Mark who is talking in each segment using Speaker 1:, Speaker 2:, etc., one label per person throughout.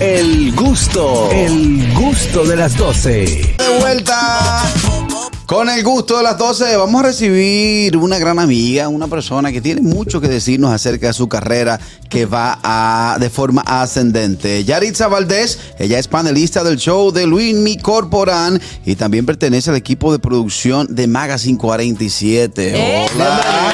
Speaker 1: El gusto, el gusto de las 12.
Speaker 2: De vuelta con el gusto de las 12. Vamos a recibir una gran amiga, una persona que tiene mucho que decirnos acerca de su carrera que va a, de forma ascendente. Yaritza Valdés, ella es panelista del show de Luis Mi Corporán y también pertenece al equipo de producción de Magazine 47. Hola.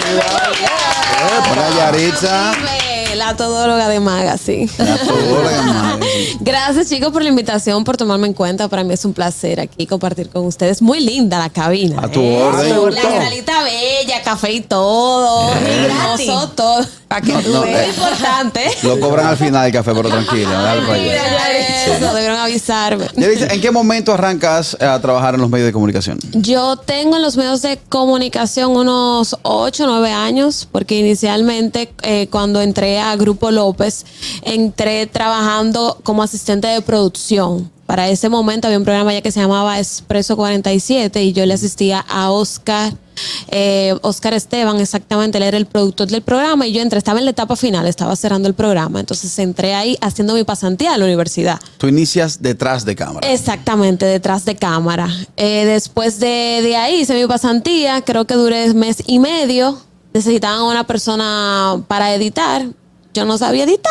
Speaker 2: Hola Yaritza.
Speaker 3: Increíble, La todóloga de Magazine.
Speaker 2: La todóloga de Magazine.
Speaker 3: Gracias chicos por la invitación, por tomarme en cuenta. Para mí es un placer aquí compartir con ustedes. Muy linda la cabina.
Speaker 2: A tu
Speaker 3: ¿eh?
Speaker 2: orden. Eh.
Speaker 3: La salita bella, café y todo.
Speaker 4: gratis.
Speaker 3: Hermoso todo. Para que
Speaker 2: No,
Speaker 3: tú
Speaker 2: no,
Speaker 3: veas.
Speaker 2: eh.
Speaker 3: importante.
Speaker 2: Lo cobran al final el café, pero tranquila, dale para allá.
Speaker 3: Mira, ya eso, debieron avisarme.
Speaker 2: Yaritza, ¿en qué momento arrancas a trabajar en los medios de comunicación?
Speaker 3: Yo tengo en los medios de comunicación unos 8 o 9 años, porque inicialmente eh, cuando entré a Grupo López, entré trabajando como asistente de producción. Para ese momento había un programa ya que se llamaba Expreso 47 y yo le asistía a Oscar. eh, Oscar Esteban, exactamente, él era el productor del programa y yo entré, estaba en la etapa final, estaba cerrando el programa, entonces entré ahí haciendo mi pasantía a la universidad.
Speaker 2: Tú inicias detrás de cámara.
Speaker 3: Exactamente, detrás de cámara. Eh, después de, de ahí hice mi pasantía, creo que duré mes y medio. Necesitaban una persona para editar. Yo no sabía editar.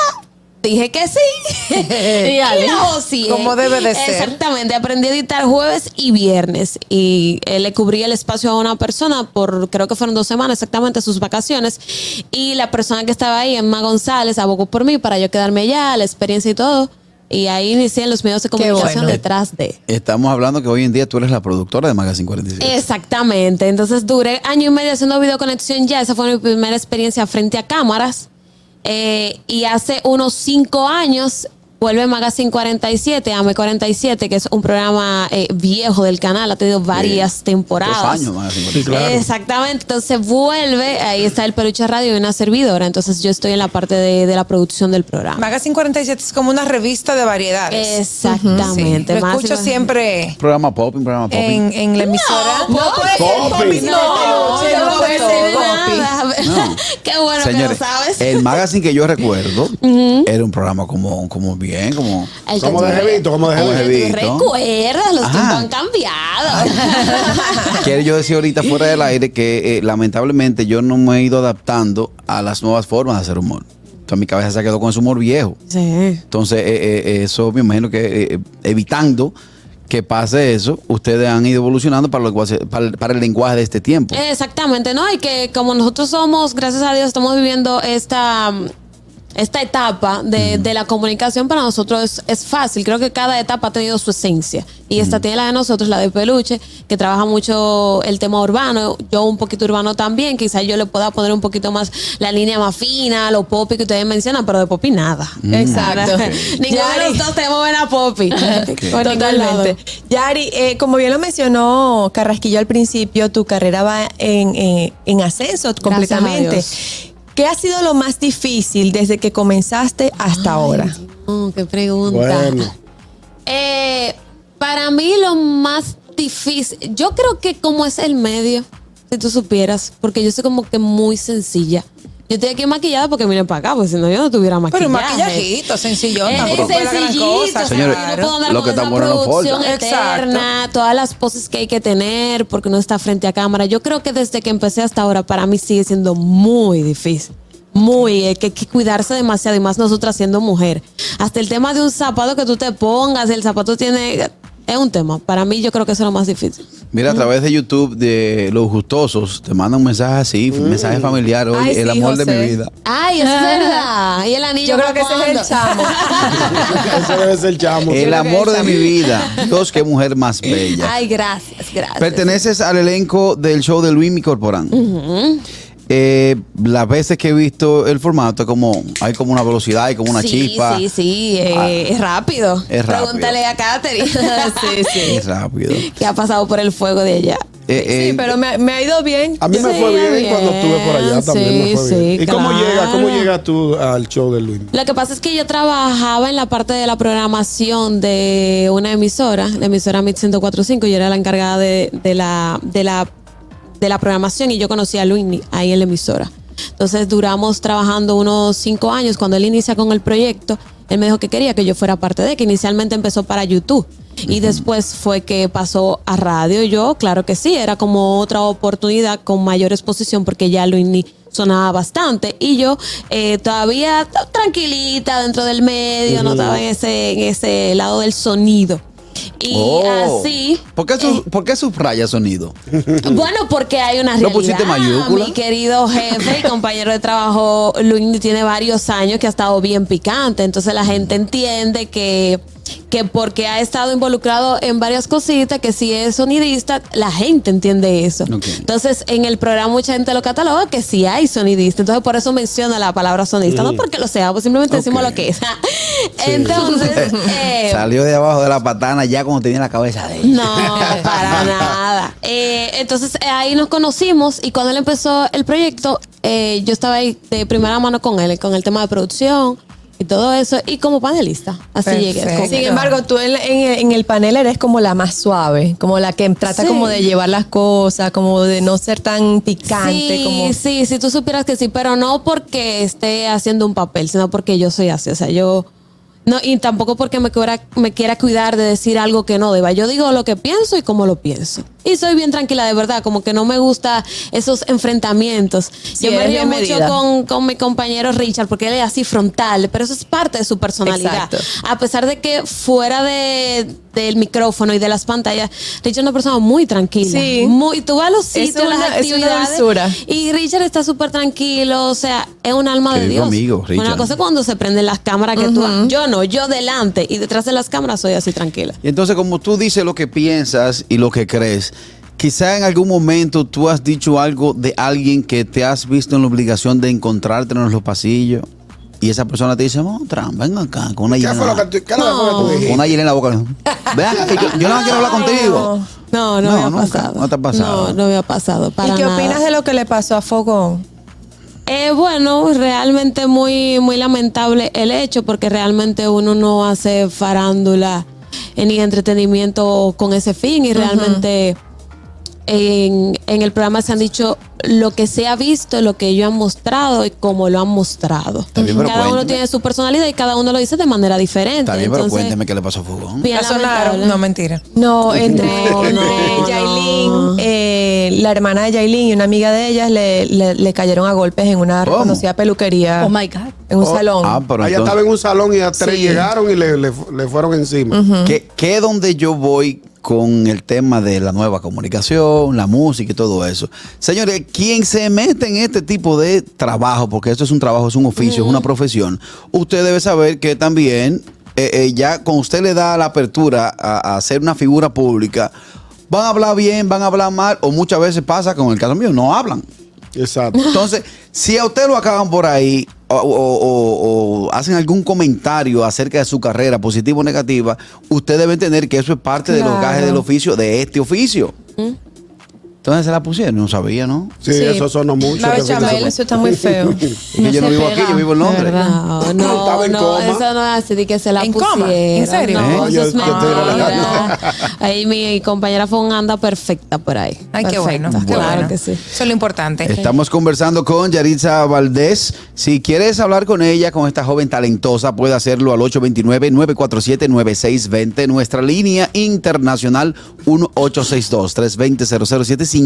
Speaker 3: Dije que sí. y
Speaker 4: dale.
Speaker 3: la hocié.
Speaker 4: Como debe de ser.
Speaker 3: Exactamente. Aprendí a editar jueves y viernes. Y eh, le cubrí el espacio a una persona por, creo que fueron dos semanas exactamente, sus vacaciones. Y la persona que estaba ahí, Emma González, abogó por mí para yo quedarme allá, la experiencia y todo. Y ahí inicié en los medios de comunicación
Speaker 4: bueno.
Speaker 3: detrás de.
Speaker 2: Estamos hablando que hoy en día tú eres la productora de Magazine 47.
Speaker 3: Exactamente. Entonces duré año y medio haciendo videoconexión ya. Esa fue mi primera experiencia frente a cámaras. Eh, y hace unos cinco años vuelve Magazine 47, AME 47, que es un programa eh, viejo del canal. Ha tenido varias
Speaker 2: Bien.
Speaker 3: temporadas.
Speaker 2: Dos años Magazine 47.
Speaker 3: Exactamente, entonces vuelve, ahí está el Peluche Radio y una servidora, entonces yo estoy en la parte de, de la producción del programa.
Speaker 4: Magazine 47 es como una revista de variedades.
Speaker 3: Exactamente.
Speaker 4: Lo
Speaker 3: más-
Speaker 4: escucho siempre
Speaker 2: Programa pop, un programa pop.
Speaker 4: en, en la emisora.
Speaker 3: No, puede ser
Speaker 2: Poppy.
Speaker 3: Poppy, no,
Speaker 4: Poppy.
Speaker 3: yo no puedo decir
Speaker 4: Poppy.
Speaker 3: nada.
Speaker 2: No.
Speaker 3: Qué bueno
Speaker 2: Señores,
Speaker 3: que lo sabes.
Speaker 2: el magazine que yo recuerdo era un programa como, como bien, como...
Speaker 3: El
Speaker 5: Como de
Speaker 3: que-
Speaker 5: jevito, como de
Speaker 2: Como
Speaker 5: jevito.
Speaker 2: jevito.
Speaker 3: Recuerdas, los
Speaker 2: Ajá.
Speaker 3: tiempos han cambiado.
Speaker 2: Quiero yo decir ahorita fuera del aire que eh, lamentablemente yo no me he ido adaptando a las nuevas formas de hacer humor. Entonces mi cabeza se quedó con ese humor viejo.
Speaker 3: sí.
Speaker 2: Entonces, eh, eh, eso me imagino que eh, evitando que pase eso, ustedes han ido evolucionando para, lo que va a ser- para, el- para el lenguaje de este tiempo.
Speaker 3: Eh, Exactamente, ¿no? Y que como nosotros somos, gracias a Dios, estamos viviendo esta, esta etapa de, de la comunicación, para nosotros es, es fácil. Creo que cada etapa ha tenido su esencia. Y esta tiene la de nosotros, la de Peluche, que trabaja mucho el tema urbano, yo un poquito urbano también, quizás yo le pueda poner un poquito más la línea más fina, lo popi que ustedes mencionan, pero de popi nada.
Speaker 6: Exacto.
Speaker 3: Ninguno de
Speaker 6: Yari.
Speaker 3: los dos tenemos buena popi. Por ningún
Speaker 6: Totalmente.
Speaker 3: lado.
Speaker 6: Yari, eh, como bien lo mencionó Carrasquillo al principio, tu carrera va en, en- en ascenso completamente. ¿Qué ha sido lo más difícil desde que comenzaste hasta ahora?
Speaker 3: Oh, qué pregunta.
Speaker 5: Bueno.
Speaker 3: Eh, para mí lo más difícil, yo creo que como es el medio, si tú supieras, porque yo soy como que muy sencilla. Yo estoy aquí maquillada porque vine para acá, porque si no yo no tuviera maquillaje.
Speaker 4: Pero un maquillajito, sencillo.
Speaker 3: Es
Speaker 4: tampoco fue la gran
Speaker 3: sencillito,
Speaker 4: cosa,
Speaker 2: Señores,
Speaker 3: yo no puedo andar
Speaker 2: lo
Speaker 3: con
Speaker 2: que está
Speaker 3: esa
Speaker 2: bueno no
Speaker 3: producción
Speaker 4: falta.
Speaker 3: eterna, todas las poses que hay que tener porque uno está frente a cámara. Yo creo que desde que empecé hasta ahora para mí sigue siendo muy difícil. Muy, eh, que hay que cuidarse demasiado y más nosotras siendo mujer. Hasta el tema de un zapato que tú te pongas, el zapato tiene... Es un tema. Para mí yo creo que eso es lo más difícil.
Speaker 2: Mira, a través de YouTube de Los Gustosos, te mandan un mensaje así, un mensaje familiar hoy,
Speaker 6: Ay,
Speaker 2: el
Speaker 6: sí,
Speaker 2: amor de
Speaker 6: José.
Speaker 2: mi vida.
Speaker 3: Ay, es verdad. Y el anillo.
Speaker 6: Yo creo que ese
Speaker 3: ¿para
Speaker 6: es el
Speaker 3: cuándo?
Speaker 6: chamo.
Speaker 5: Ese debe ser el chamo.
Speaker 2: El
Speaker 6: creo que
Speaker 2: amor
Speaker 6: él
Speaker 2: de mi
Speaker 6: sabe.
Speaker 2: vida. Dios, qué mujer más bella.
Speaker 3: Ay, gracias, gracias.
Speaker 2: Perteneces al elenco del show de Luis Mi Corporán. Eh, las veces que he visto el formato, como hay como una velocidad, hay como una
Speaker 3: sí,
Speaker 2: chispa.
Speaker 3: Sí, sí, eh,
Speaker 2: Ah.
Speaker 3: es rápido.
Speaker 2: Es rápido.
Speaker 3: Pregúntale a Katherine. sí, sí.
Speaker 2: Es rápido. Eh,
Speaker 3: Que ha pasado por el fuego de ella.
Speaker 2: eh,
Speaker 6: sí, pero me, me ha ido bien.
Speaker 5: A mí me
Speaker 3: Sí,
Speaker 5: fue bien,
Speaker 3: bien.
Speaker 5: cuando estuve por allá también. me
Speaker 3: Sí,
Speaker 5: fue bien.
Speaker 3: sí,
Speaker 5: ¿Y cómo
Speaker 3: claro.
Speaker 5: llega, cómo llega tú al show de Luis?
Speaker 3: Lo que pasa es que yo trabajaba en la parte de la programación de una emisora, la emisora MIT 1045. Yo era la encargada de, de la, de, la, de la programación y yo conocí a Luini ahí en la emisora. Entonces duramos trabajando unos cinco años cuando él inicia con el proyecto. Él me dijo que quería que yo fuera parte de, que inicialmente empezó para YouTube. Y después fue que pasó a radio. Y Yo, claro que sí, era como otra oportunidad con mayor exposición porque ya lo ini- sonaba bastante. Y yo eh, todavía t- tranquilita dentro del medio, no estaba en ese, en ese lado del sonido. Y
Speaker 2: Oh.
Speaker 3: así. eh,
Speaker 2: ¿Por qué, su- por qué subraya sonido?
Speaker 3: Bueno, porque hay una
Speaker 2: ¿No
Speaker 3: realidad.
Speaker 2: pusiste mayúscula?
Speaker 3: Mi querido jefe y compañero de trabajo, Luis, tiene varios años que ha estado bien picante. Entonces la gente entiende que, que porque ha estado involucrado en varias cositas, que si es sonidista, la gente entiende eso.
Speaker 2: Ok.
Speaker 3: Entonces en el programa mucha gente lo cataloga que sí hay sonidista. Entonces por eso menciona la palabra sonidista. No porque lo sea, pues simplemente decimos
Speaker 2: Mm. Ok.
Speaker 3: lo que es. Entonces... eh,
Speaker 2: Salió de abajo de la patana ya cuando tenía la cabeza de él.
Speaker 3: no, para nada. Eh, entonces eh, ahí nos conocimos y cuando él empezó el proyecto, eh, yo estaba ahí de primera mano con él, con el tema de producción y todo eso, y como panelista. Así
Speaker 4: Perfecto.
Speaker 3: llegué. con
Speaker 6: Sin
Speaker 3: él.
Speaker 6: embargo, tú en, la- en el- en el panel eres como la más suave, como la que trata
Speaker 3: Sí.
Speaker 6: como de llevar las cosas, como de no ser tan picante,
Speaker 3: Sí,
Speaker 6: como
Speaker 3: sí, si tú supieras que sí, pero no porque esté haciendo un papel, sino porque yo soy así, o sea, yo no y tampoco porque me quiera me quiera cuidar de decir algo que no deba. Yo digo lo que pienso y cómo lo pienso. Y soy bien tranquila de verdad, como que no me gusta esos enfrentamientos. yo me
Speaker 6: eres
Speaker 3: río
Speaker 6: bien
Speaker 3: mucho
Speaker 6: medida.
Speaker 3: con, con mi compañero Richard porque él es así frontal, pero eso es parte de su personalidad.
Speaker 6: Exacto.
Speaker 3: A pesar de que fuera de del micrófono y de las pantallas, Richard es una persona muy tranquila,
Speaker 6: Sí.
Speaker 3: muy tú vas a los
Speaker 6: Es
Speaker 3: sitios, las
Speaker 6: una- es una
Speaker 3: actividades
Speaker 6: dulzura.
Speaker 3: y Richard está súper tranquilo, o sea, es un alma de
Speaker 2: Querido
Speaker 3: Dios.
Speaker 2: amigo, Richard.
Speaker 3: Una cosa es cuando se prenden las cámaras que tú, yo no, yo delante y detrás de las cámaras soy así tranquila.
Speaker 2: Y entonces, como tú dices lo que piensas y lo que crees, quizá en algún momento tú has dicho algo de alguien que te has visto en la obligación de encontrarte en los pasillos y esa persona te dice, no, Tran, ven acá, con una
Speaker 5: ¿Qué
Speaker 2: hiela en
Speaker 5: fue
Speaker 2: la
Speaker 5: lo
Speaker 2: boca.
Speaker 5: que tú, qué fue lo que tú
Speaker 2: Con
Speaker 5: dijiste?
Speaker 2: una hiela en la boca. Ven acá, que yo, yo no quiero hablar contigo.
Speaker 3: No, no,
Speaker 2: No,
Speaker 3: me ha
Speaker 2: nunca,
Speaker 3: pasado.
Speaker 2: no te ha pasado.
Speaker 3: No, no me ha pasado para
Speaker 6: ¿Y qué
Speaker 3: nada.
Speaker 6: opinas de lo que le pasó a Fogón?
Speaker 3: Eh, bueno, realmente muy, muy lamentable el hecho porque realmente uno no hace farándula eh, ni entretenimiento con ese fin y realmente en, en el programa se han dicho lo que se ha visto, lo que ellos han mostrado y cómo lo han mostrado.
Speaker 2: Está bien, pero
Speaker 3: cada uno
Speaker 2: cuéntame.
Speaker 3: tiene su personalidad y cada uno lo dice de manera diferente.
Speaker 2: Está bien, pero
Speaker 3: Entonces,
Speaker 2: cuénteme qué le pasó a Fogón.
Speaker 3: bien
Speaker 4: La
Speaker 3: lamentable.
Speaker 4: sonaron. No, mentira.
Speaker 6: No, entre,
Speaker 3: No,
Speaker 6: entre
Speaker 3: no,
Speaker 6: Yailin,
Speaker 3: no.
Speaker 6: eh, la hermana de Yailin y una amiga de ellas le, le- le cayeron a golpes en una
Speaker 2: ¿Cómo?
Speaker 6: reconocida peluquería.
Speaker 7: Oh my God.
Speaker 6: En un
Speaker 5: Oh,
Speaker 6: salón.
Speaker 2: Ah, pero
Speaker 5: Ella
Speaker 2: entonces-
Speaker 5: estaba en un salón y a tres
Speaker 6: Sí.
Speaker 5: llegaron y le, le fu- le fueron encima.
Speaker 2: ¿Qué, qué donde yo voy con el tema de la nueva comunicación, la música y todo eso? Señores, quien se mete en este tipo de trabajo, porque esto es un trabajo, es un oficio, es una profesión, usted debe saber que también eh, eh, ya con usted le da la apertura a, a ser una figura pública, van a hablar bien, van a hablar mal, o muchas veces pasa con el caso mío, no hablan.
Speaker 5: Exacto.
Speaker 2: Entonces, si a usted lo acaban por ahí o, o- o- o hacen algún comentario acerca de su carrera, positiva o negativa, usted debe entender que eso es parte de los
Speaker 6: Claro.
Speaker 2: gajes del oficio, de este oficio. Entonces se la pusieron, no sabía, ¿no?
Speaker 5: Sí,
Speaker 6: Sí.
Speaker 5: eso sonó mucho.
Speaker 4: La
Speaker 5: que fue-
Speaker 4: bechamel,
Speaker 6: eso está muy feo.
Speaker 2: Es que yo no
Speaker 7: se
Speaker 2: vivo
Speaker 7: pega,
Speaker 2: aquí, yo vivo en Londres.
Speaker 3: No, Ah, no,
Speaker 5: Estaba en
Speaker 3: no,
Speaker 5: coma.
Speaker 3: eso no es así de que se la
Speaker 4: ¿En
Speaker 3: pusieron.
Speaker 4: coma? ¿En serio?
Speaker 3: No,
Speaker 5: ¿Eh?
Speaker 3: eso
Speaker 5: Yo-
Speaker 3: es
Speaker 5: yo estoy
Speaker 3: mentira.
Speaker 5: relajando.
Speaker 3: Ahí mi compañera fue un anda perfecta por ahí.
Speaker 4: Ay, qué
Speaker 3: Perfecta,
Speaker 4: bueno. qué
Speaker 3: Claro
Speaker 4: bueno.
Speaker 3: que sí.
Speaker 4: Eso es lo importante.
Speaker 2: Estamos conversando con Yaritza Valdés. Si quieres hablar con ella, con esta joven talentosa, puede hacerlo al 829-947-9620. Nuestra línea internacional 1862-320-0075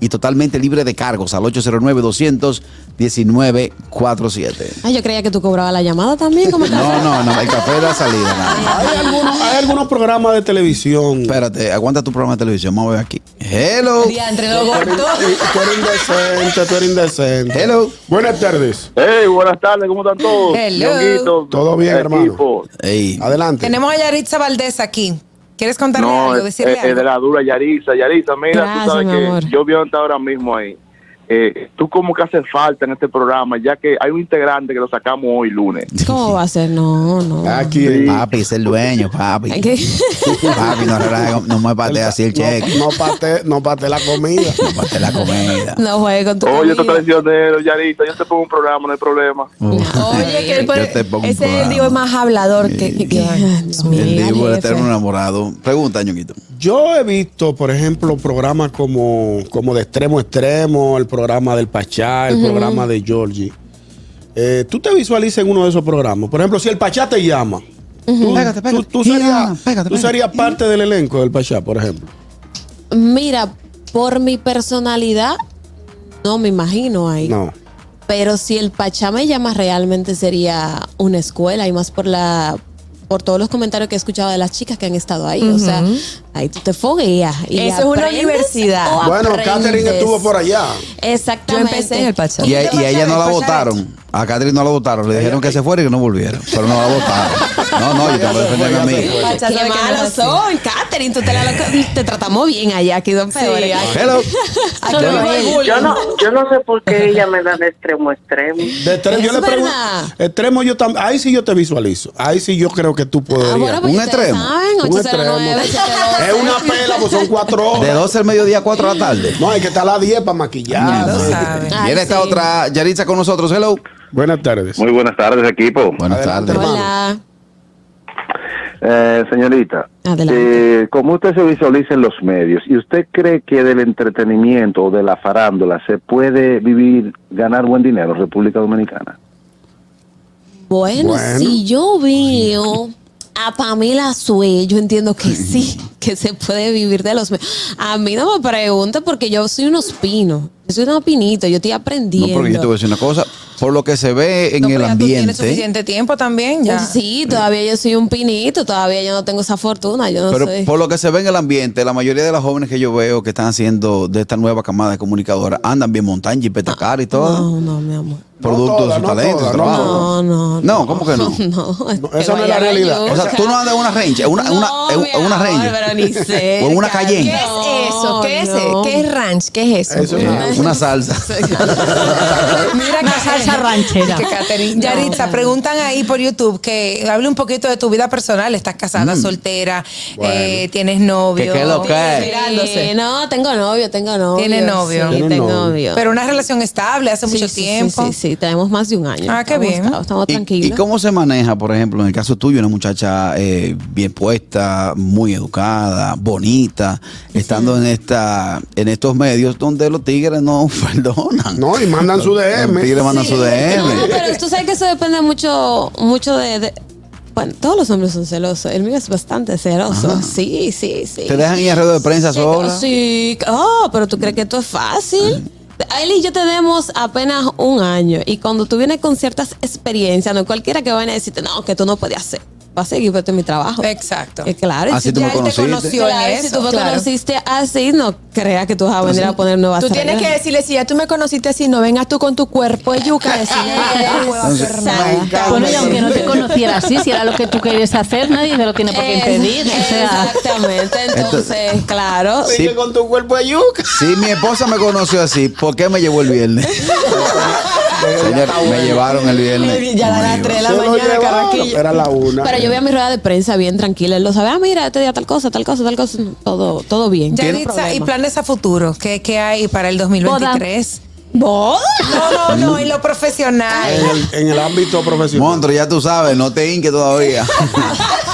Speaker 2: y totalmente libre de cargos al 809-219-47.
Speaker 3: Ay, Ah, yo creía que tú cobrabas la llamada también. Como
Speaker 2: No, no, no, el café da salida. nada.
Speaker 5: Hay algunos, hay algunos programas de televisión.
Speaker 2: Espérate, aguanta tu programa de televisión. Vamos a ver aquí. Hello.
Speaker 6: Diantre, lo
Speaker 5: Tú eres-
Speaker 6: gordo.
Speaker 5: tú eres indecente, tú eres indecente.
Speaker 2: Hello.
Speaker 5: Buenas tardes.
Speaker 8: Hey, buenas tardes, ¿cómo están todos?
Speaker 4: Hello.
Speaker 8: Ñonguito,
Speaker 5: Todo bien, hermano.
Speaker 8: equipo.
Speaker 2: Ey.
Speaker 5: Adelante.
Speaker 4: Tenemos a Yaritza Valdés aquí. ¿Quieres contarme
Speaker 8: No,
Speaker 4: algo?
Speaker 8: es,
Speaker 4: Decirle
Speaker 8: es- es
Speaker 4: algo.
Speaker 8: de la dura Yarisa. Yarisa, mira,
Speaker 3: Gracias,
Speaker 8: tú sabes
Speaker 3: mi
Speaker 8: que
Speaker 3: amor.
Speaker 8: yo veo hasta ahora mismo ahí. Eh, tú como que haces falta en este programa, ya que hay un integrante que lo sacamos hoy lunes.
Speaker 3: ¿Cómo va a ser? No, no.
Speaker 5: Aquí.
Speaker 2: Papi, es el dueño, papi.
Speaker 3: Ay, que-
Speaker 2: Papi, no, relaje, no me patees así el cheque.
Speaker 5: No, no pate, no pate la comida.
Speaker 2: Parte la comida.
Speaker 3: No juegues con tu
Speaker 8: Oye, tú
Speaker 3: comida.
Speaker 8: traicionero, Yarisa, yo te pongo un programa, no hay problema.
Speaker 6: Oye, que él
Speaker 2: Yo
Speaker 6: pare-
Speaker 2: te pongo un
Speaker 6: ese
Speaker 2: programa.
Speaker 6: Divo es más hablador que, que- que-
Speaker 3: Ay, Dios
Speaker 6: Dios
Speaker 2: El
Speaker 6: mío,
Speaker 2: divo de
Speaker 6: jefe.
Speaker 2: eterno enamorado. Pregunta, ñoquito.
Speaker 5: Yo he visto, por ejemplo, programas como, como de extremo a extremo, el programa del Pachá, el programa de Georgie. eh, tú te visualizas en uno de esos programas. Por ejemplo, si el Pachá te llama, tú,
Speaker 2: Pégate, pégate.
Speaker 5: tú- tú
Speaker 2: Gira,
Speaker 5: serías,
Speaker 2: pégate,
Speaker 5: tú
Speaker 2: pégate.
Speaker 5: serías parte del elenco del Pachá, por ejemplo.
Speaker 3: Mira, por mi personalidad, no me imagino ahí.
Speaker 5: No.
Speaker 3: Pero si el Pachá me llama realmente sería una escuela y más por la por todos los comentarios que he escuchado de las chicas que han estado ahí. O sea, ahí tú te fogueas. y
Speaker 6: Eso es una
Speaker 3: aprendes
Speaker 6: universidad.
Speaker 3: o
Speaker 5: Bueno,
Speaker 3: aprendes.
Speaker 5: Catherine estuvo por allá.
Speaker 3: Exactamente.
Speaker 6: Yo empecé en el Pachá.
Speaker 2: Y a, y a ella no la
Speaker 4: Pachá,
Speaker 2: votaron. A Catherine no la votaron. Le dijeron que se fuera y que no volviera. Pero no la votaron. No, no, yo tengo que defender a mí.
Speaker 6: Pachá
Speaker 3: Qué
Speaker 6: sabe que no es
Speaker 3: malos
Speaker 6: así.
Speaker 3: son, Catherine. Tú te, la loca- te tratamos bien allá, aquí son peores.
Speaker 6: ay.
Speaker 2: Hello.
Speaker 6: Aquí
Speaker 3: Yo no-
Speaker 6: no hay
Speaker 7: Yo no, yo no sé por qué ella me da de extremo a extremo.
Speaker 5: De extremo, yo
Speaker 3: Es
Speaker 5: le pregunto.
Speaker 3: verdad.
Speaker 5: Extremo, yo también. Ahí sí yo te visualizo. Ahí sí yo creo que tú podrías.
Speaker 3: Ah, bueno, pues
Speaker 2: Un
Speaker 3: ustedes
Speaker 2: extremo.
Speaker 3: saben,
Speaker 5: Un
Speaker 3: 809,
Speaker 5: extremo.
Speaker 3: 712.
Speaker 5: Es una pela, pues son cuatro
Speaker 2: De
Speaker 5: horas.
Speaker 2: 12 al mediodía, 4 de la tarde. Ah,
Speaker 5: No, hay que estar a las 10 para maquillar.
Speaker 4: lo
Speaker 5: ¿no?
Speaker 4: sabe.
Speaker 3: Ay,
Speaker 2: Viene esta
Speaker 3: sí.
Speaker 2: otra Yaritza con nosotros. Hello.
Speaker 5: Buenas tardes.
Speaker 9: Muy buenas tardes, equipo.
Speaker 2: Buenas
Speaker 5: Adelante,
Speaker 2: tardes.
Speaker 5: hermano.
Speaker 3: Hola.
Speaker 9: Eh, señorita,
Speaker 3: Adelante.
Speaker 9: eh, como usted se visualiza en los medios, ¿y usted cree que del entretenimiento o de la farándula se puede vivir, ganar buen dinero en República Dominicana?
Speaker 3: Bueno,
Speaker 5: Bueno.
Speaker 3: si yo veo a Pamela Sue, yo entiendo que sí, que se puede vivir de los medios. A mí no me pregunta porque yo soy unos pinos. Yo soy unos pinitos, yo estoy
Speaker 2: No,
Speaker 3: aprendiendo.
Speaker 2: porque yo te voy a decir una cosa. Por lo que se ve en
Speaker 4: No,
Speaker 2: el
Speaker 4: pero ya Tú tienes
Speaker 2: ambiente.
Speaker 4: suficiente tiempo también ya.
Speaker 3: Sí, todavía yo soy un pinito, todavía yo no tengo esa fortuna, yo no
Speaker 2: Pero
Speaker 3: soy.
Speaker 2: por lo que se ve en el ambiente, la mayoría de las jóvenes que yo veo que están haciendo de esta nueva camada de comunicadoras andan bien montaña, jipeta cara y todo.
Speaker 3: Ah, No, no, mi amor.
Speaker 2: Producto de
Speaker 5: todas,
Speaker 2: su
Speaker 5: no
Speaker 2: talento,
Speaker 5: todas,
Speaker 2: su
Speaker 5: no
Speaker 2: trabajo.
Speaker 3: No, no,
Speaker 2: No, ¿cómo que no?
Speaker 3: No, es
Speaker 5: No,
Speaker 3: que
Speaker 5: esa no es la
Speaker 3: Guayana
Speaker 5: realidad.
Speaker 3: Yuca.
Speaker 2: O sea, tú no andas en una range, en una, en una,
Speaker 3: No,
Speaker 2: en-
Speaker 3: mi
Speaker 2: en una
Speaker 3: amor,
Speaker 2: range.
Speaker 3: pero ni cerca.
Speaker 2: O en una Cayenne.
Speaker 6: ¿Qué es eso? ¿Qué es, eso? ¿Qué es ranch? ¿Qué es eso?
Speaker 5: Eso es
Speaker 2: Eh,
Speaker 5: una-
Speaker 2: una salsa.
Speaker 4: Mira que salsa ranchera. Yaritza, preguntan ahí por YouTube que hable un poquito de tu vida personal. ¿Estás casada, soltera? eh, ¿Tienes novio?
Speaker 2: Que qué lo que es.
Speaker 6: Mirándose.
Speaker 3: Eh, no, tengo novio, tengo novio.
Speaker 4: Tiene novio.
Speaker 3: Sí,
Speaker 5: Tiene
Speaker 3: tengo
Speaker 5: novio.
Speaker 3: novio.
Speaker 4: Pero una relación estable hace
Speaker 3: Sí,
Speaker 4: mucho
Speaker 3: sí, sí,
Speaker 4: tiempo.
Speaker 3: Sí, sí, tenemos más de un año.
Speaker 4: Ah, qué
Speaker 3: Estamos-
Speaker 4: bien.
Speaker 3: Estamos, estamos
Speaker 2: ¿Y-
Speaker 3: tranquilos.
Speaker 2: ¿Y, cómo se maneja, por ejemplo, en el caso tuyo, una muchacha eh, bien puesta, muy educada, bonita, estando en esta, en estos medios donde los tigres no perdonan?
Speaker 5: No, y mandan su
Speaker 2: Los tigres
Speaker 5: DM.
Speaker 2: mandan su
Speaker 3: No,
Speaker 2: DM.
Speaker 3: pero tú sabes que eso depende mucho, mucho de, de- Bueno, todos los hombres son celosos. El mío es bastante celoso. Sí, sí, sí.
Speaker 2: Te dejan ir a rueda de prensa
Speaker 3: Sí,
Speaker 2: sola.
Speaker 3: Sí, oh, pero tú crees que esto es fácil. A él y yo tenemos apenas un año y cuando tú vienes con ciertas experiencias, no cualquiera que vaya a decirte, no, que tú no podías hacer. Va a seguir, pero este es mi trabajo.
Speaker 4: Exacto.
Speaker 3: Eh, claro, y
Speaker 2: Así
Speaker 3: si
Speaker 2: tú
Speaker 3: ya
Speaker 2: me
Speaker 3: él te
Speaker 2: conociste.
Speaker 4: conoció en
Speaker 3: Claro, y si
Speaker 4: eso,
Speaker 3: tú me
Speaker 4: claro.
Speaker 3: conociste así, no creas que tú vas a
Speaker 2: Pues
Speaker 3: venir a poner nuevas
Speaker 6: Tú tienes que
Speaker 3: reglas.
Speaker 6: decirle, si ya tú me conociste así, no vengas tú con tu cuerpo de yuca a decirme que yo no puedo hacer nada.
Speaker 5: Santa.
Speaker 10: Bueno, y aunque no te conociera así, si era lo que tú querías hacer, nadie te lo
Speaker 6: Eh,
Speaker 10: tiene por qué
Speaker 3: Es-
Speaker 10: impedir. O sea,
Speaker 3: Eh, Exactamente, entonces, claro.
Speaker 2: Sí.
Speaker 5: Con tu cuerpo de yuca.
Speaker 2: Si mi esposa me conoció así, ¿por qué me llevó el viernes? Señor, me llevaron el viernes.
Speaker 6: Ya a las
Speaker 2: Conmigo.
Speaker 6: 3 de la
Speaker 5: Se lo
Speaker 6: mañana,
Speaker 5: llevaron,
Speaker 6: Carraquillo.
Speaker 5: Era la una.
Speaker 3: Pero yo voy a mi rueda de prensa bien tranquila. Él lo sabe, ah, mira, este día tal cosa, tal cosa, tal cosa. Todo, todo bien.
Speaker 4: Yaritza, ¿y planes a futuro? ¿Qué, qué hay para el 2023?
Speaker 6: ¿Vos?
Speaker 4: No, no, no, y lo
Speaker 5: En
Speaker 4: profesional.
Speaker 5: el, en el ámbito profesional.
Speaker 2: Montro, ya tú sabes, no te hinque todavía.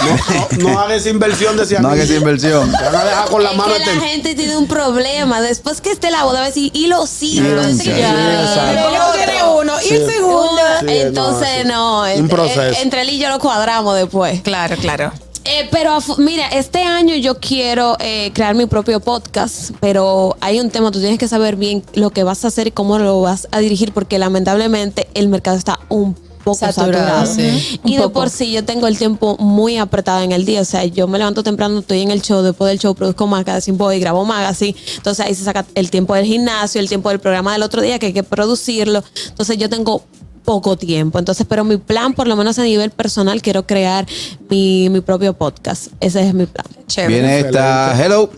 Speaker 5: No, no hagas inversión de
Speaker 2: No hagas inversión.
Speaker 5: Te van a dejar con la
Speaker 3: Es
Speaker 5: mano
Speaker 3: que la
Speaker 5: extendida.
Speaker 3: gente tiene un problema. Después que esté la boda, va a decir, y lo sigue.
Speaker 2: Y lo
Speaker 3: lo sigue.
Speaker 2: sigue,
Speaker 5: exacto.
Speaker 4: Pero
Speaker 3: Pero
Speaker 4: luego tiene uno y el segundo.
Speaker 3: una,
Speaker 5: Sí, no,
Speaker 3: entonces
Speaker 5: sí.
Speaker 3: no.
Speaker 5: Un
Speaker 3: ent-
Speaker 5: proceso.
Speaker 3: Entre él y yo lo cuadramos después.
Speaker 4: Claro, claro.
Speaker 3: Eh, pero a fu- mira, este año yo quiero eh, crear mi propio podcast, pero hay un tema, tú tienes que saber bien lo que vas a hacer y cómo lo vas a dirigir, porque lamentablemente el mercado está un poco saturado.
Speaker 6: Saturado, sí.
Speaker 3: Y
Speaker 6: Un
Speaker 3: de
Speaker 6: poco.
Speaker 3: por sí yo tengo el tiempo muy apretado en el día, o sea, yo me levanto temprano, estoy en el show, después del show produzco más, cada cinco voy, grabo magazine, entonces ahí se saca el tiempo del gimnasio, el tiempo del programa del otro día que hay que producirlo, entonces yo tengo poco tiempo. Entonces, pero mi plan, por lo menos a nivel personal, quiero crear mi, mi propio podcast. Ese es mi plan.
Speaker 4: Chévere.
Speaker 2: Viene esta. Hello.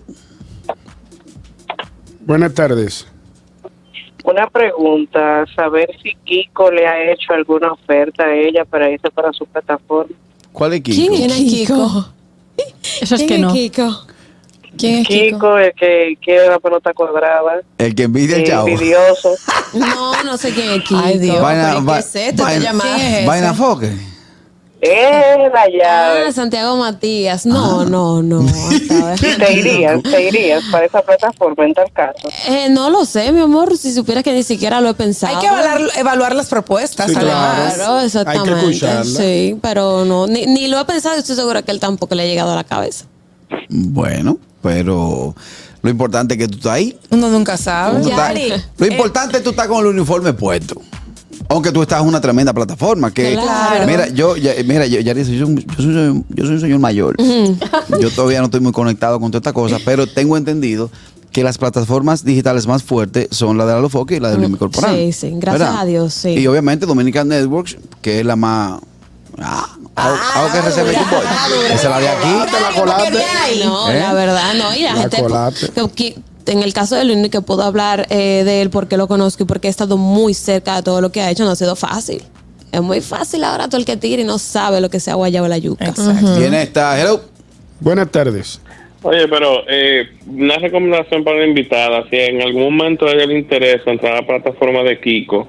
Speaker 5: Buenas tardes.
Speaker 7: Una pregunta, saber si Kiko le ha hecho alguna oferta a ella para irse para su plataforma.
Speaker 2: ¿Cuál es Kiko?
Speaker 6: ¿Quién es Kiko?
Speaker 10: eso es que no.
Speaker 6: Kiko? ¿Quién es Kiko?
Speaker 7: Kiko, el que quiere la pelota cuadrada,
Speaker 2: El que envidia
Speaker 7: Eh,
Speaker 2: al chavo.
Speaker 7: envidioso.
Speaker 3: No, no sé quién es Kiko.
Speaker 6: Ay, Dios.
Speaker 2: Vaina,
Speaker 6: pero ¿y qué
Speaker 2: va-
Speaker 6: es esto? ¿Qué
Speaker 2: vaina-
Speaker 6: llamada es
Speaker 2: vaina foque.
Speaker 7: Es Eh, la llave.
Speaker 3: Ah, Santiago Matías. No, no, no. hasta ahora.
Speaker 7: Y te irías, te irías para esa plataforma en tal caso.
Speaker 3: Eh, no lo sé, mi amor. Si supieras que ni siquiera lo he pensado.
Speaker 4: Hay que evaluar, evaluar las propuestas,
Speaker 5: Sí,
Speaker 4: además.
Speaker 3: Claro, exactamente.
Speaker 5: escucharla.
Speaker 3: sí, pero no, ni, ni lo he pensado y estoy segura que él tampoco le ha llegado a la cabeza.
Speaker 2: Bueno, pero lo importante es que tú estás ahí.
Speaker 4: Uno nunca
Speaker 3: Ah,
Speaker 4: sabe.
Speaker 2: Tú estás-
Speaker 6: Yari,
Speaker 2: lo
Speaker 6: eh.
Speaker 2: importante es que tú estás con el uniforme puesto. Aunque tú estás en una tremenda plataforma. Que,
Speaker 3: Claro.
Speaker 2: Mira, yo, ya- mira, yo, Yari, soy un- yo, soy, un- yo soy un señor mayor. Yo todavía no estoy muy conectado con toda esta cosa, pero tengo entendido que las plataformas digitales más fuertes son la de la Lofoque y la del Luis Corporal.
Speaker 3: Mm, Sí, sí, gracias a Dios, sí.
Speaker 2: Y obviamente Dominican Networks, que es la más... Ah, hago- hago que reserve el equipo. Esa es la de aquí.
Speaker 5: Te la colaste.
Speaker 3: Ay, no,
Speaker 2: ¿Eh?
Speaker 3: la verdad, no. Y la,
Speaker 5: La
Speaker 3: gente.
Speaker 5: colate.
Speaker 3: que- que- en el caso de Luis, que puedo hablar eh, de él porque lo conozco y porque he estado muy cerca de todo lo que ha hecho, no ha sido fácil. Es muy fácil ahora todo el que tira y no sabe lo que sea guayaba la yuca.
Speaker 4: Exacto.
Speaker 2: Viene esta, hello.
Speaker 5: Buenas tardes.
Speaker 11: Oye, pero eh, una recomendación para la invitada, si en algún momento a ella le interesa entrar a la plataforma de Kiko,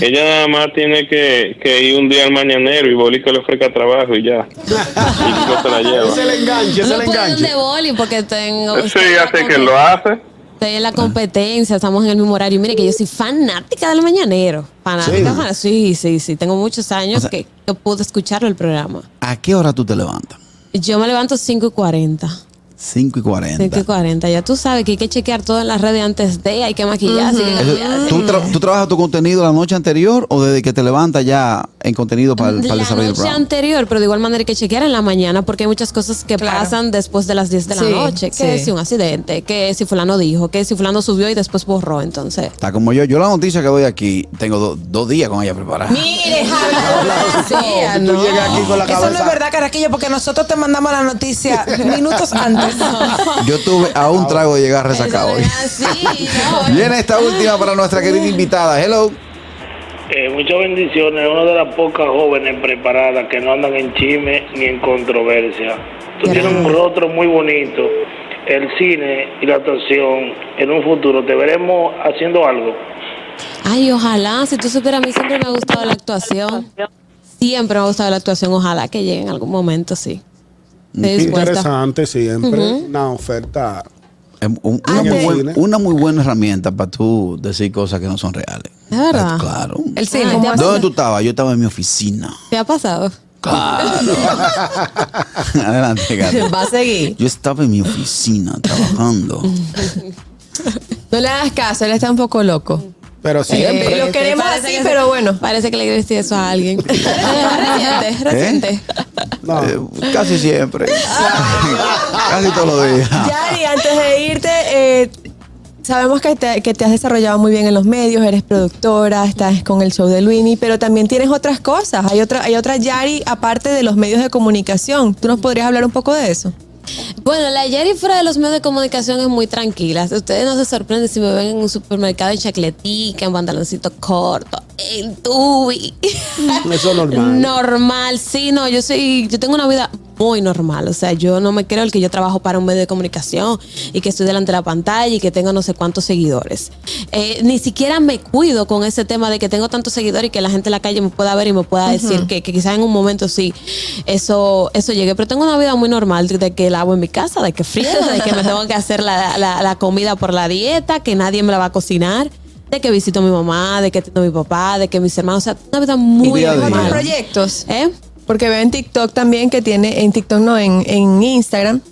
Speaker 11: ella nada más tiene que, que ir un día al mañanero y Boli que le ofrezca trabajo y ya. Y Kiko se la
Speaker 5: Ese es el
Speaker 11: lleva.
Speaker 5: enganche, ese es
Speaker 3: No
Speaker 5: el
Speaker 3: pueden
Speaker 5: enganche.
Speaker 3: de boli porque tengo.
Speaker 11: Sí, así que lo hace.
Speaker 3: Estoy en la competencia, estamos en el mismo horario. Mire que yo soy fanática del mañanero. Fanática,
Speaker 2: Sí.
Speaker 3: fan- sí, sí, sí. Tengo muchos años
Speaker 2: O sea-
Speaker 3: que, que pude escucharlo el programa.
Speaker 2: ¿A qué hora tú te levantas?
Speaker 3: Yo me levanto 5 y 40.
Speaker 2: 5 y 40.
Speaker 3: 5 y 40. Ya tú sabes que hay que chequear todo en las redes antes de, hay que maquillarse. hay que
Speaker 2: Eso,
Speaker 3: cambiarse.
Speaker 2: ¿tú, tra- tú trabajas tu contenido la noche anterior o desde que te levantas ya en contenido para el, para el
Speaker 3: la
Speaker 2: desarrollo del
Speaker 3: noche
Speaker 2: programa?
Speaker 3: anterior, pero de igual manera hay que chequear en la mañana porque hay muchas cosas que
Speaker 4: Claro.
Speaker 3: pasan después de las 10 de la
Speaker 4: Sí,
Speaker 3: noche. Que
Speaker 4: sí.
Speaker 3: si un accidente, que si fulano dijo, que si fulano subió y después borró. Entonces,
Speaker 2: Está como yo. Yo la noticia que doy aquí, tengo do- dos días con ella preparada.
Speaker 4: Mire, Javi,
Speaker 5: Que tú llegas aquí con la
Speaker 4: Eso no
Speaker 5: cabeza.
Speaker 4: es verdad, Carraquillo, porque nosotros te mandamos la noticia minutos antes.
Speaker 2: Yo tuve a un trago de llegar resacado hoy.
Speaker 3: Eso es así, no.
Speaker 2: Viene esta última para nuestra querida invitada. Hello.
Speaker 12: Eh, muchas bendiciones, una de las pocas jóvenes preparadas que no andan en chisme ni en controversia. Tú tienes un rostro muy bonito. El cine y la actuación en un futuro te veremos haciendo algo.
Speaker 3: Ay, ojalá, si tú supieras, a mí siempre me ha gustado la actuación. Siempre me ha gustado la actuación, ojalá que llegue en algún momento, sí. Estoy dispuesta.
Speaker 5: Interesante siempre. Una oferta.
Speaker 2: Es un- Una,
Speaker 3: Ah,
Speaker 2: muy
Speaker 5: Antes-
Speaker 2: buena, una muy buena herramienta para tú decir cosas que no son reales. Ah,
Speaker 3: Es verdad.
Speaker 2: Claro.
Speaker 4: El cine.
Speaker 3: Ay, te ha
Speaker 2: ¿Dónde
Speaker 3: pasado?
Speaker 2: tú estabas? Yo estaba en mi oficina.
Speaker 3: ¿Te ha pasado?
Speaker 2: Claro. Adelante, gato.
Speaker 6: Va a seguir.
Speaker 2: Yo estaba en mi oficina trabajando.
Speaker 3: Mm.
Speaker 6: No le hagas caso, él está un poco loco.
Speaker 5: Pero siempre.
Speaker 6: Eh, lo queremos
Speaker 3: Parece
Speaker 6: así,
Speaker 3: que-
Speaker 6: pero bueno.
Speaker 3: Parece que le decir eso a alguien.
Speaker 5: ¿Eh?
Speaker 3: reciente, reciente.
Speaker 5: No.
Speaker 6: Ah.
Speaker 2: Eh, casi siempre. casi todos los días.
Speaker 3: Ah.
Speaker 6: Yari, antes de irte, eh, sabemos que te, que te has desarrollado muy bien en los medios, eres productora, estás con el show de Luini, pero también tienes otras cosas. Hay otra, hay otra Yari aparte de los medios de comunicación. ¿Tú nos podrías hablar un poco de eso?
Speaker 3: Bueno, la Yari fuera de los medios de comunicación es muy tranquila. Ustedes no se sorprenden si me ven en un supermercado en chacletica, en pantaloncito corto, en tubi.
Speaker 5: Eso es normal.
Speaker 3: Normal, sí, no, yo soy, yo tengo una vida muy normal, o sea, yo no me creo el que yo trabajo para un medio de comunicación y que estoy delante de la pantalla y que tengo no sé cuántos seguidores. Eh, ni siquiera me cuido con ese tema de que tengo tantos seguidores y que la gente en la calle me pueda ver y me pueda decir que, que quizás en un momento sí eso, eso llegue, pero tengo una vida muy normal de que lavo en mi casa, de que frío, de que me tengo que hacer la, la- la comida por la dieta, que nadie me la va a cocinar. De que visito a mi mamá, de que tengo a mi papá, de que mis hermanos, o sea, una vida muy
Speaker 2: día a día.
Speaker 3: normal.
Speaker 6: Proyectos.
Speaker 3: ¿Eh?
Speaker 6: Porque veo en TikTok también que tiene, en TikTok no, en, en Instagram,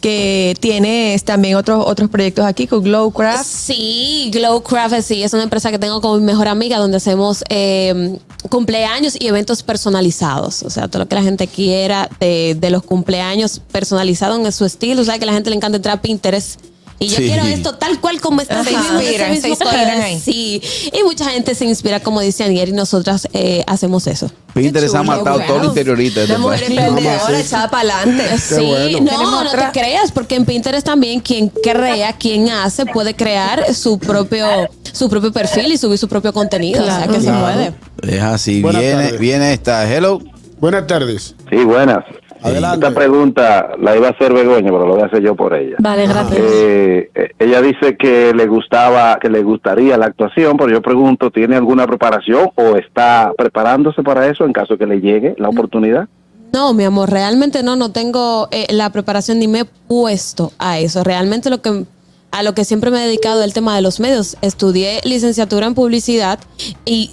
Speaker 6: que tienes también otros, otros proyectos aquí con Glowcraft.
Speaker 3: Sí, Glowcraft, sí, es una empresa que tengo con mi mejor amiga donde hacemos eh, cumpleaños y eventos personalizados. O sea, todo lo que la gente quiera de, de los cumpleaños personalizados en su estilo. O sea, que a la gente le encanta entrar a Pinterest. Y yo
Speaker 2: Sí.
Speaker 3: quiero esto tal cual como está.
Speaker 4: Se
Speaker 3: Ese
Speaker 4: inspiran,
Speaker 3: mismo
Speaker 4: se inspiran
Speaker 3: color,
Speaker 4: ahí.
Speaker 3: Sí, y mucha gente se inspira, como dice Aniel, y nosotras eh, hacemos eso.
Speaker 2: Pinterest ha matado todo el interiorista. de este
Speaker 6: La mujer
Speaker 2: país.
Speaker 6: emprendedora echada para adelante.
Speaker 3: Sí,
Speaker 5: bueno.
Speaker 3: no,
Speaker 4: Tenemos
Speaker 3: no
Speaker 4: otra.
Speaker 3: te creas, porque en Pinterest también quien crea, quien hace, puede crear su propio, su propio perfil y subir su propio contenido. o sea que
Speaker 5: Claro.
Speaker 3: se puede.
Speaker 2: Es así.
Speaker 5: Buenas
Speaker 2: Viene,
Speaker 5: tardes.
Speaker 2: viene esta. Hello.
Speaker 5: Buenas tardes.
Speaker 9: Sí, buenas.
Speaker 5: Adelante.
Speaker 9: Esta pregunta la iba a hacer Begoña, pero la voy a hacer yo por ella.
Speaker 10: Vale, gracias.
Speaker 9: Eh, eh, ella dice que le gustaba, que le gustaría la actuación, pero yo pregunto, ¿tiene alguna preparación o está preparándose para eso en caso que le llegue la oportunidad?
Speaker 3: No, mi amor, realmente no, no tengo eh, la preparación ni me he puesto a eso. Realmente lo que a lo que siempre me he dedicado es el tema de los medios. Estudié licenciatura en publicidad y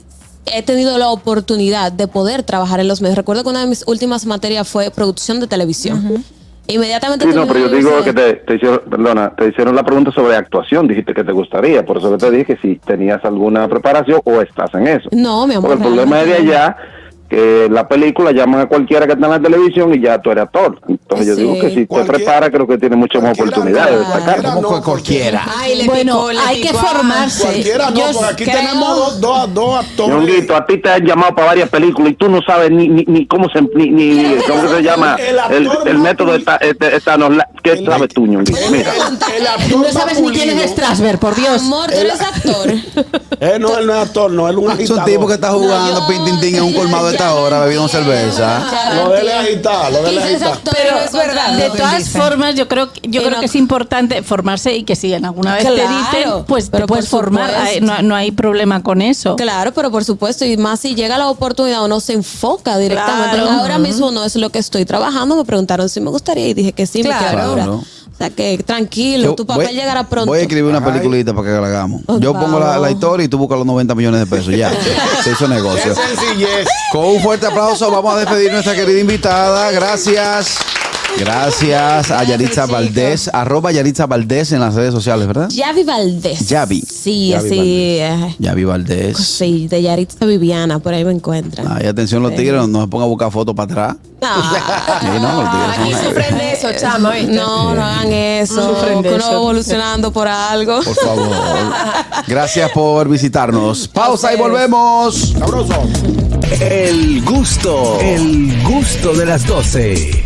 Speaker 3: he tenido la oportunidad de poder trabajar en los medios. Recuerdo que una de mis últimas materias fue producción de televisión. Inmediatamente
Speaker 9: Sí, no,
Speaker 3: terminé
Speaker 9: pero yo
Speaker 3: la
Speaker 9: te digo que
Speaker 3: universidad.
Speaker 9: te, te hicieron, perdona, te hicieron la pregunta sobre actuación, dijiste que te gustaría, por eso que te dije que si tenías alguna preparación o estás en eso.
Speaker 3: No, mi amor.
Speaker 9: Porque el problema es de
Speaker 3: realmente no.
Speaker 9: allá que la película llaman a cualquiera que está en la televisión y ya tú eres actor. Entonces yo
Speaker 3: Sí.
Speaker 9: digo que si te
Speaker 2: Cualquier-
Speaker 9: preparas creo que tienes muchas más oportunidades de destacar.
Speaker 2: Como cu- cualquiera.
Speaker 10: bueno, hay que formarse.
Speaker 5: Cualquiera no,
Speaker 10: Yo
Speaker 5: porque aquí
Speaker 10: creo-
Speaker 5: tenemos dos, dos, dos actores.
Speaker 9: Ñonguito, a ti te han llamado para varias películas y tú no sabes ni, ni, ni cómo se ni, ni- ni- cómo se llama
Speaker 5: El
Speaker 9: el,
Speaker 5: actor más
Speaker 9: el método está, este, está no, la- ¿qué sabes tú, Ñonguito? Mira.
Speaker 10: No sabes ni quién es Strasberg, por Dios.
Speaker 3: Amor, tú eres actor.
Speaker 5: Eh, no, él no es actor, no, él es
Speaker 2: Es
Speaker 5: un
Speaker 2: un
Speaker 5: agitador.
Speaker 2: tipo que está jugando pintintín en un colmado de esta hora bebiendo cerveza.
Speaker 5: Lo de él es agitar, lo de él es agitar.
Speaker 10: Pero
Speaker 3: es verdad,
Speaker 10: de
Speaker 3: lo que
Speaker 10: todas
Speaker 3: dicen.
Speaker 10: formas, yo creo, que- yo creo que es importante formarse y que si en alguna vez te
Speaker 3: Claro,
Speaker 10: dicen, pues te
Speaker 3: pero
Speaker 10: puedes
Speaker 3: por
Speaker 10: formar.
Speaker 3: supuesto.
Speaker 10: Ay, No, no hay problema con eso.
Speaker 3: Claro, pero por supuesto, y más si llega la oportunidad, uno se enfoca directamente.
Speaker 10: Claro.
Speaker 3: Ahora mismo no es lo que estoy trabajando, me preguntaron si me gustaría y dije que sí, me
Speaker 2: Claro.
Speaker 3: quiero ahora.
Speaker 2: Claro.
Speaker 3: O sea que tranquilo,
Speaker 2: Yo
Speaker 3: tu papel
Speaker 2: voy-
Speaker 3: llegará pronto.
Speaker 2: Voy a escribir una peliculita para que la hagamos.
Speaker 3: Por
Speaker 2: Yo pongo la,
Speaker 3: favor.
Speaker 2: la historia y tú buscas los 90 millones de pesos. Ya, se hizo negocio.
Speaker 5: Qué sencillez.
Speaker 2: Con un fuerte aplauso vamos a despedir nuestra querida invitada. Gracias. Gracias a Yaritza Valdés, arroba Yaritza Valdés en las redes sociales, ¿verdad?
Speaker 3: Yavi Valdés.
Speaker 2: Yavi.
Speaker 3: Sí,
Speaker 2: Yavi
Speaker 3: así. eh,
Speaker 2: Yavi Valdés.
Speaker 3: Sí, de Yaritza Viviana, por ahí me encuentran.
Speaker 2: Ay, atención los
Speaker 3: Sí.
Speaker 2: tigres, no se pongan a buscar fotos para atrás.
Speaker 3: Ah.
Speaker 2: Sí, no, los tigres son heavy.
Speaker 6: Sufren de eso, chama, ¿viste?
Speaker 3: No, no hagan eso.
Speaker 6: Sufren de
Speaker 3: que uno
Speaker 6: eso.
Speaker 3: va evolucionando por algo.
Speaker 2: Por favor. Gracias por visitarnos. Pausa y volvemos.
Speaker 5: Sabroso.
Speaker 1: El gusto, el gusto de las 12.